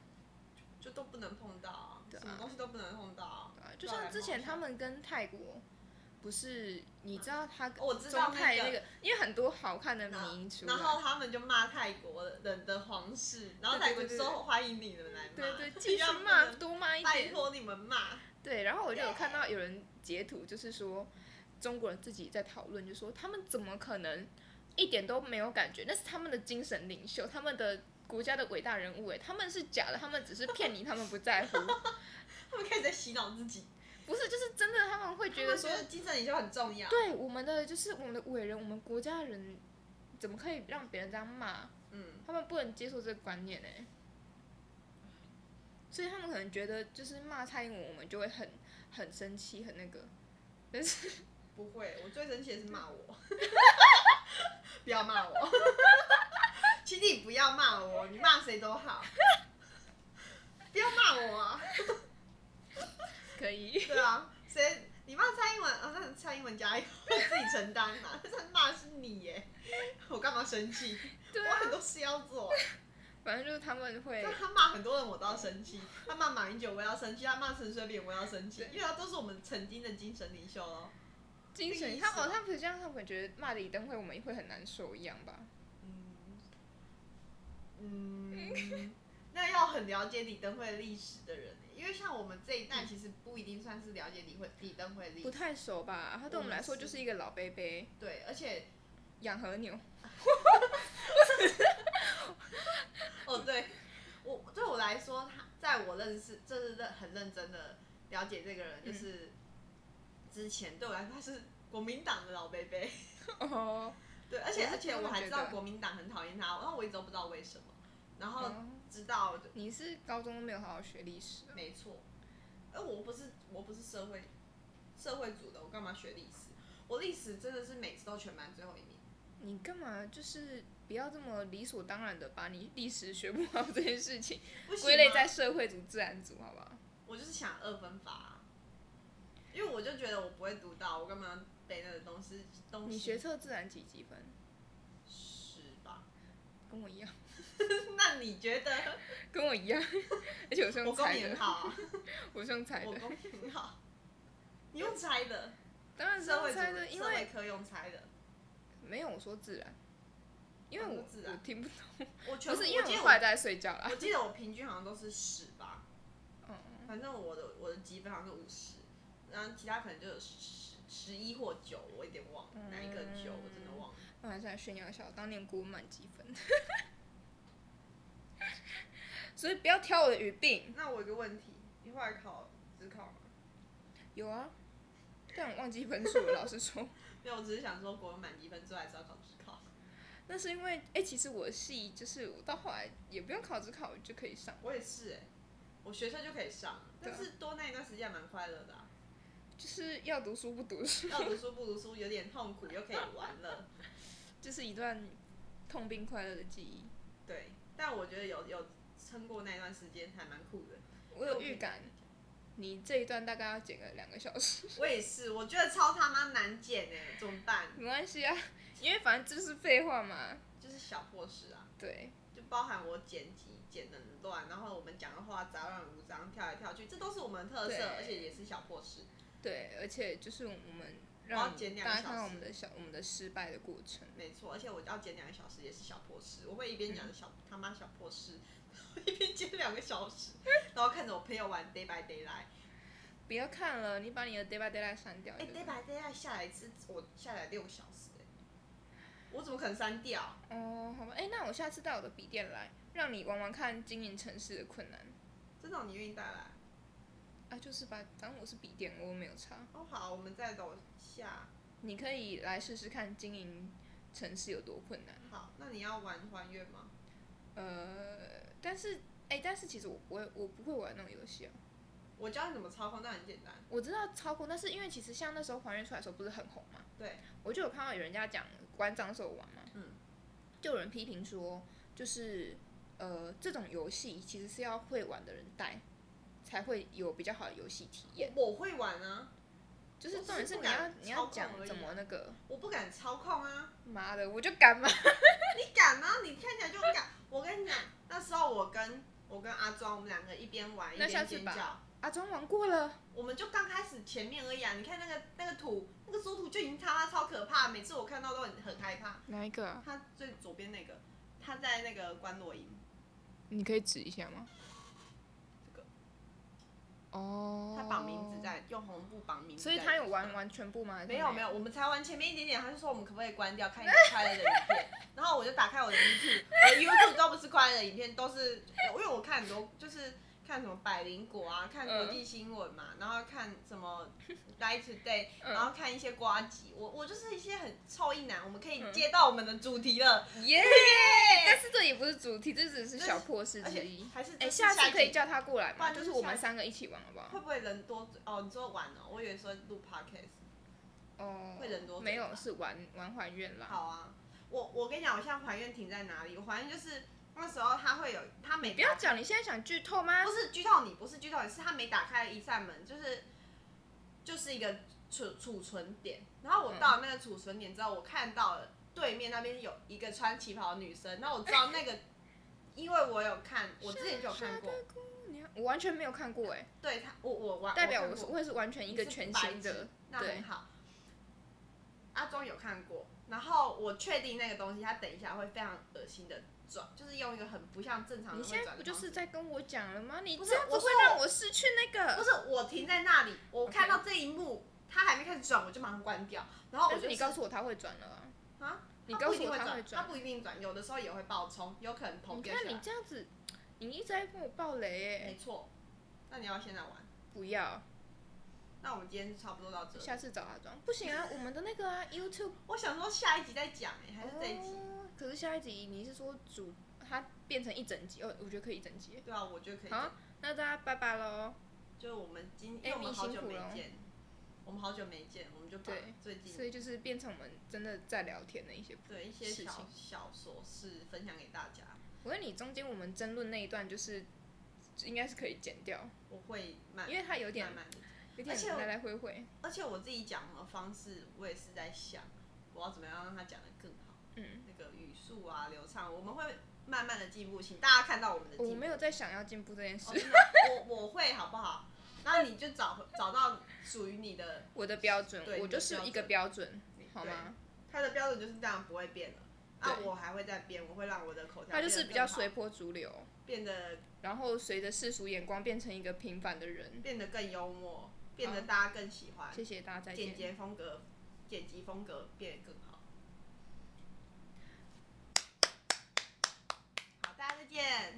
[SPEAKER 1] 就都不能碰到啊，
[SPEAKER 2] 对啊
[SPEAKER 1] 什么东西都不能碰到啊。
[SPEAKER 2] 对啊，就像之前他们跟泰国，不是你知道他跟
[SPEAKER 1] 我知道
[SPEAKER 2] 中泰
[SPEAKER 1] 那个
[SPEAKER 2] 个，因为很多好看的啊
[SPEAKER 1] 然后
[SPEAKER 2] 名出来
[SPEAKER 1] 然，后他们就骂泰国人的皇室，然后
[SPEAKER 2] 对
[SPEAKER 1] 泰
[SPEAKER 2] 对
[SPEAKER 1] 国
[SPEAKER 2] 对
[SPEAKER 1] 就
[SPEAKER 2] 对
[SPEAKER 1] 说欢迎你们来骂，
[SPEAKER 2] 对对，继续
[SPEAKER 1] 让
[SPEAKER 2] 骂
[SPEAKER 1] 你们
[SPEAKER 2] 多骂一
[SPEAKER 1] 拜
[SPEAKER 2] 点，
[SPEAKER 1] 托你们骂，
[SPEAKER 2] 对，然后我就有看到有人截图，就是说中国人自己在讨论，就说他们怎么可能一点都没有感觉？那是他们的精神领袖，他们的国家的伟大人物，哎，他们是假的，他们只是骗你，他们不 在乎，
[SPEAKER 1] 他们开始在洗脑自己，
[SPEAKER 2] 不是，就是真的，他们会觉得说
[SPEAKER 1] 他们嗯精神领袖很重要，
[SPEAKER 2] 对我们的就是我们的伟人，我们国家的人，怎么可以让别人这样骂？
[SPEAKER 1] 嗯，
[SPEAKER 2] 他们不能接受这个观念哎、所以他们可能觉得就是骂蔡英文，我们就会很很生气，很那个。
[SPEAKER 1] 不会，我最生气的是骂我， 不要骂我，请你不要骂我，你骂谁都好，不要骂我啊，
[SPEAKER 2] 可以，
[SPEAKER 1] 对啊，谁你骂蔡英文啊？那蔡英文加油，自己承担嘛，但是骂的是你耶，我干嘛生气？
[SPEAKER 2] 对
[SPEAKER 1] 我
[SPEAKER 2] 啊，
[SPEAKER 1] 很多事要做。
[SPEAKER 2] 反正就是他们会
[SPEAKER 1] 就，他骂很多人，我都要生气。他骂马英九，我也要生气；他骂陈水扁，我也要生气
[SPEAKER 2] 对，
[SPEAKER 1] 因为他都是我们曾经的精神领袖哦。
[SPEAKER 2] 精神，
[SPEAKER 1] 意
[SPEAKER 2] 他
[SPEAKER 1] 思
[SPEAKER 2] 哦，他们这样，他们觉得骂李登辉，我们也会很难受一样吧？
[SPEAKER 1] 嗯， 那要很了解李登辉历史的人，欸因为像我们这一代，其实不一定算是了解李会李登辉历
[SPEAKER 2] 不
[SPEAKER 1] 史。
[SPEAKER 2] 太熟吧？他对我们来说就是一个老伯伯，
[SPEAKER 1] 对，而 且
[SPEAKER 2] 养 和牛。
[SPEAKER 1] 哦，对 我对我来说，他在我认识，这是认很认真的了解这个人，就是之前对我来说，他是国民党的老伯伯。
[SPEAKER 2] 哦，
[SPEAKER 1] 对，而且
[SPEAKER 2] 我是
[SPEAKER 1] 而且
[SPEAKER 2] 这
[SPEAKER 1] 我
[SPEAKER 2] 么
[SPEAKER 1] 还
[SPEAKER 2] 觉
[SPEAKER 1] 知道
[SPEAKER 2] 得
[SPEAKER 1] 国民党很讨厌他，然后我一直都不知道为什么，然后
[SPEAKER 2] 哦
[SPEAKER 1] 直到、
[SPEAKER 2] 你是高中都没有好好学历史啊？
[SPEAKER 1] 没错，而我不是我不是社会社会组的，我干嘛学历史？我历史真的是每次都全班最后一名，
[SPEAKER 2] 你干嘛就是不要这么理所当然的把你历史学不好这件事情
[SPEAKER 1] 不行啊
[SPEAKER 2] 归类
[SPEAKER 1] 吗
[SPEAKER 2] 在社会组、自然组，好不好？
[SPEAKER 1] 我就是想二分法啊、因为我就觉得我不会读到，我干嘛背那个东西东西？
[SPEAKER 2] 你学测自然几几分？
[SPEAKER 1] 是吧？
[SPEAKER 2] 跟我一样，
[SPEAKER 1] 那你觉得
[SPEAKER 2] 跟我一样， 而且我是
[SPEAKER 1] 我
[SPEAKER 2] 用
[SPEAKER 1] 公
[SPEAKER 2] 猜
[SPEAKER 1] 平
[SPEAKER 2] 的，
[SPEAKER 1] 好、啊，
[SPEAKER 2] 我是用猜
[SPEAKER 1] 我
[SPEAKER 2] 的，
[SPEAKER 1] 公平 好，你用猜的，
[SPEAKER 2] 当然是
[SPEAKER 1] 社会
[SPEAKER 2] 用
[SPEAKER 1] 组
[SPEAKER 2] 猜的，因
[SPEAKER 1] 社
[SPEAKER 2] 为
[SPEAKER 1] 会科用猜的。
[SPEAKER 2] 没有我说自然，因为
[SPEAKER 1] 哦
[SPEAKER 2] 我
[SPEAKER 1] 自然
[SPEAKER 2] 我听不
[SPEAKER 1] 我全
[SPEAKER 2] 不
[SPEAKER 1] 部
[SPEAKER 2] 是因为
[SPEAKER 1] 我记得
[SPEAKER 2] 我
[SPEAKER 1] 我
[SPEAKER 2] 后来在睡觉啦。
[SPEAKER 1] 我记得我平均好像都是十吧，
[SPEAKER 2] 嗯，
[SPEAKER 1] 反正我的我的积分好像是五十，然后其他可能就有十十一或九，我有点忘了哪一个九，我真的忘了。
[SPEAKER 2] 那我还是来炫耀一下，我当年国文满几分。 所以不要挑我的语病。
[SPEAKER 1] 那我有个问题，你后来考只考吗？
[SPEAKER 2] 有啊，但我忘记分数了，老实说。
[SPEAKER 1] 没有，我只是想说国文满积分之后还是要考只考，
[SPEAKER 2] 那是因为，哎、其实我的系就是我到后来也不用考职考就可以上，
[SPEAKER 1] 我也是哎、我学校就可以上了，
[SPEAKER 2] 对啊
[SPEAKER 1] 但是多那一段时间还蛮快乐的、啊，
[SPEAKER 2] 就是要读书不读书，
[SPEAKER 1] 要读书不读书有点痛苦，又可以玩了，
[SPEAKER 2] 就是一段痛并快乐的记忆。
[SPEAKER 1] 对。但我觉得有有撑过那段时间还蛮酷的。
[SPEAKER 2] 我有预感，你这一段大概要剪个两个小时，
[SPEAKER 1] 我也是，我觉得超他妈难剪哎、怎么办？
[SPEAKER 2] 没关系啊，因为反正就是废话嘛。
[SPEAKER 1] 就是小破事啊，
[SPEAKER 2] 对，
[SPEAKER 1] 就包含我剪辑剪的乱，然后我们讲的话杂乱无章，跳来跳去，这都是我们的特色，
[SPEAKER 2] 对
[SPEAKER 1] 而且也是小破事。
[SPEAKER 2] 对，而且就是我们
[SPEAKER 1] 我
[SPEAKER 2] 让
[SPEAKER 1] 要剪两
[SPEAKER 2] 大
[SPEAKER 1] 个小
[SPEAKER 2] 家看到我
[SPEAKER 1] 时
[SPEAKER 2] 们的小我们的失败的过程。
[SPEAKER 1] 没错，而且我要剪两个小时也是小破事，我会一边讲小、他妈小破事， 一边剪两个小时，然后看着我朋友玩 Day by Day 来，
[SPEAKER 2] 不要看了，你把你的 day by day 来删掉。
[SPEAKER 1] 哎、
[SPEAKER 2] 对
[SPEAKER 1] d a y
[SPEAKER 2] 不对
[SPEAKER 1] by Day 来下来一次，我下来六个小时、哎，我怎么可能删掉？
[SPEAKER 2] 哦，好吧，哎，那我下次带我的笔电来，让你玩玩看经营城市的困难
[SPEAKER 1] 这哦种你愿意带来？
[SPEAKER 2] 啊，就是吧，反正我是笔电，我没有差。
[SPEAKER 1] 哦，好，我们再楼下。
[SPEAKER 2] 你可以来试试看经营城市有多困难。
[SPEAKER 1] 好，那你要玩还愿吗？
[SPEAKER 2] 呃，但是哎，但是其实我不会，我不会玩那种游戏啊。
[SPEAKER 1] 我教你怎么操控，那很简单。
[SPEAKER 2] 我知道操控，但是因为其实像那时候还原出来的时候不是很红嘛，
[SPEAKER 1] 对，
[SPEAKER 2] 我就有看到有人家讲玩掌手玩嘛，
[SPEAKER 1] 嗯，
[SPEAKER 2] 就有人批评说，就是呃这种游戏其实是要会玩的人带，才会有比较好的游戏体验。
[SPEAKER 1] 我会玩啊，
[SPEAKER 2] 就是
[SPEAKER 1] 我只
[SPEAKER 2] 重点
[SPEAKER 1] 是
[SPEAKER 2] 是
[SPEAKER 1] 不
[SPEAKER 2] 你要
[SPEAKER 1] 敢操
[SPEAKER 2] 你要
[SPEAKER 1] 控
[SPEAKER 2] 讲
[SPEAKER 1] 而已
[SPEAKER 2] 怎
[SPEAKER 1] 啊
[SPEAKER 2] 么那个，
[SPEAKER 1] 我不敢操控啊。
[SPEAKER 2] 妈的，我就敢嘛。
[SPEAKER 1] 你敢吗？你看起来就敢。我跟你讲，那时候我跟我跟阿庄，我们两个一边玩一
[SPEAKER 2] 那下
[SPEAKER 1] 边
[SPEAKER 2] 次
[SPEAKER 1] 尖
[SPEAKER 2] 吧
[SPEAKER 1] 叫。
[SPEAKER 2] 阿庄玩过了，
[SPEAKER 1] 我们就刚开始前面而已啊！你看那个那个图，那个缩图就已经他妈超可怕，每次我看到都很很害怕。
[SPEAKER 2] 哪一个、啊
[SPEAKER 1] 他最左边那个，他在那个关洛营，
[SPEAKER 2] 你可以指一下吗？
[SPEAKER 1] 这个
[SPEAKER 2] 哦
[SPEAKER 1] 他绑名字，在用红布绑名字在。
[SPEAKER 2] 所以他有玩完全部吗？
[SPEAKER 1] 没有没有，我们才玩前面一点点，他就说我们可不可以关掉看一个快乐的影片，然后我就打开我的 YouTube，我的 YouTube 都不是快乐的影片，都是因为我看很多就是看什么百灵果啊，看
[SPEAKER 2] 嗯
[SPEAKER 1] 国际新闻嘛，然后看什么 Day Today，
[SPEAKER 2] 嗯
[SPEAKER 1] 然后看一些瓜集，我我就是一些很臭一男，我们可以接到我们的主题了，
[SPEAKER 2] 嗯 耶但是这也不是主题，这只是
[SPEAKER 1] 这是
[SPEAKER 2] 小破事
[SPEAKER 1] 而
[SPEAKER 2] 之
[SPEAKER 1] 且
[SPEAKER 2] 一。
[SPEAKER 1] 还是
[SPEAKER 2] 哎、
[SPEAKER 1] 这是
[SPEAKER 2] 下次
[SPEAKER 1] 一
[SPEAKER 2] 可以
[SPEAKER 1] 集
[SPEAKER 2] 叫他过来
[SPEAKER 1] 不然
[SPEAKER 2] 嘛，
[SPEAKER 1] 就
[SPEAKER 2] 就是是我
[SPEAKER 1] 下
[SPEAKER 2] 们
[SPEAKER 1] 一
[SPEAKER 2] 三个一起玩，好不好？
[SPEAKER 1] 会不会人多嘴哦？你说玩哦，我以为说录 Podcast。
[SPEAKER 2] 哦，
[SPEAKER 1] 会人多
[SPEAKER 2] 没
[SPEAKER 1] 嘴
[SPEAKER 2] 有
[SPEAKER 1] 巴
[SPEAKER 2] 是玩玩还愿啦。
[SPEAKER 1] 好啊，我我跟你讲，我现在还愿停在哪里？我还愿就是那时候他会有他每
[SPEAKER 2] 不要讲，你现在想剧透吗
[SPEAKER 1] 不？是剧透你，不是剧透你，是他没打开一扇门，就是就是一个储储存点。然后我到那个储存点之后，我看到了对面那边有一个穿旗袍的女生，然后我知道那个，因为我有看，我之前就有看
[SPEAKER 2] 哎
[SPEAKER 1] 过，
[SPEAKER 2] 啊你看我完全没有看过哎、
[SPEAKER 1] 对他，我我玩
[SPEAKER 2] 代表
[SPEAKER 1] 我
[SPEAKER 2] 我
[SPEAKER 1] 看
[SPEAKER 2] 是
[SPEAKER 1] 过
[SPEAKER 2] 我也是完全一个
[SPEAKER 1] 你是
[SPEAKER 2] 全
[SPEAKER 1] 白
[SPEAKER 2] 新
[SPEAKER 1] 纸
[SPEAKER 2] 的，
[SPEAKER 1] 那
[SPEAKER 2] 对
[SPEAKER 1] 很好。阿庄有看过，然后我确定那个东西，他等一下会非常恶心的转，就是用一个很不像正常人
[SPEAKER 2] 你
[SPEAKER 1] 会转
[SPEAKER 2] 现
[SPEAKER 1] 的
[SPEAKER 2] 在
[SPEAKER 1] 方式。
[SPEAKER 2] 不就是在跟我讲了吗？你
[SPEAKER 1] 不
[SPEAKER 2] 这
[SPEAKER 1] 是
[SPEAKER 2] 样子
[SPEAKER 1] 我
[SPEAKER 2] 会
[SPEAKER 1] 说
[SPEAKER 2] 让我失去那
[SPEAKER 1] 不
[SPEAKER 2] 个。
[SPEAKER 1] 是我停在那里，我看到这一幕，他还没开始转，我就马上关掉。然哦后我
[SPEAKER 2] 但
[SPEAKER 1] 就是
[SPEAKER 2] 你告诉我他会转了啊！
[SPEAKER 1] 我啊，
[SPEAKER 2] 你
[SPEAKER 1] 它
[SPEAKER 2] 告
[SPEAKER 1] 不一
[SPEAKER 2] 诉
[SPEAKER 1] 定
[SPEAKER 2] 我
[SPEAKER 1] 会
[SPEAKER 2] 他会
[SPEAKER 1] 转，他
[SPEAKER 2] 转，
[SPEAKER 1] 不一定转，有的时候也会爆冲，有可能头
[SPEAKER 2] 你
[SPEAKER 1] 掉
[SPEAKER 2] 看
[SPEAKER 1] 下
[SPEAKER 2] 你
[SPEAKER 1] 来。
[SPEAKER 2] 这样子，你一直在跟我爆雷哎、
[SPEAKER 1] 没错，那你要现在玩。
[SPEAKER 2] 不要，
[SPEAKER 1] 那我们今天就差不多到这里。
[SPEAKER 2] 下次找阿庄不行啊，我们的那个啊 YouTube
[SPEAKER 1] 我想说下一集再讲、欸，还是这一集？
[SPEAKER 2] 哦可是下一集你是说主它变成一整集哦，我觉得可以一整集。
[SPEAKER 1] 对啊，我觉得可以
[SPEAKER 2] 好，那大家拜拜喽。
[SPEAKER 1] 就是我们今，因为
[SPEAKER 2] Amy
[SPEAKER 1] 我们好久没
[SPEAKER 2] 辛苦咯
[SPEAKER 1] 见，我们好久没见，我们就把
[SPEAKER 2] 啊对
[SPEAKER 1] 最近
[SPEAKER 2] 所以就是变成我们真的在聊天的一些。
[SPEAKER 1] 对一些
[SPEAKER 2] 事
[SPEAKER 1] 小
[SPEAKER 2] 情
[SPEAKER 1] 小琐事分享给大家。
[SPEAKER 2] 我跟你中间我们争论那一段就是应该是可以剪掉，
[SPEAKER 1] 我会慢
[SPEAKER 2] 因为它有点
[SPEAKER 1] 慢慢的，
[SPEAKER 2] 有
[SPEAKER 1] 啊而且
[SPEAKER 2] 点
[SPEAKER 1] 我
[SPEAKER 2] 来来回回。
[SPEAKER 1] 而且我自己讲的方式，我也是在想，我要怎么样让他讲的更好，
[SPEAKER 2] 嗯，
[SPEAKER 1] 那个语速啊流畅，我们会慢慢的进步，请大家看到我们的
[SPEAKER 2] 我
[SPEAKER 1] 进步。
[SPEAKER 2] 没有在想要进步这件
[SPEAKER 1] 哦
[SPEAKER 2] 事。
[SPEAKER 1] 真的我我会好不好？然后你就找找到属于你的，
[SPEAKER 2] 我的标准
[SPEAKER 1] 呃对，
[SPEAKER 2] 我就是一个标准，好吗？
[SPEAKER 1] 他的标准就是这样，不会变的。那、
[SPEAKER 2] 对
[SPEAKER 1] 我还会再变，我会让我的口条
[SPEAKER 2] 他就是
[SPEAKER 1] 变得
[SPEAKER 2] 比较
[SPEAKER 1] 更好呃
[SPEAKER 2] 随波逐流，
[SPEAKER 1] 变得
[SPEAKER 2] 然后随着世俗眼光变成一个平凡的人。
[SPEAKER 1] 变得更幽默，变得大家更喜欢，
[SPEAKER 2] 谢谢大家，再见
[SPEAKER 1] 简。洁风格、剪辑风格变得更好。好，大家再见。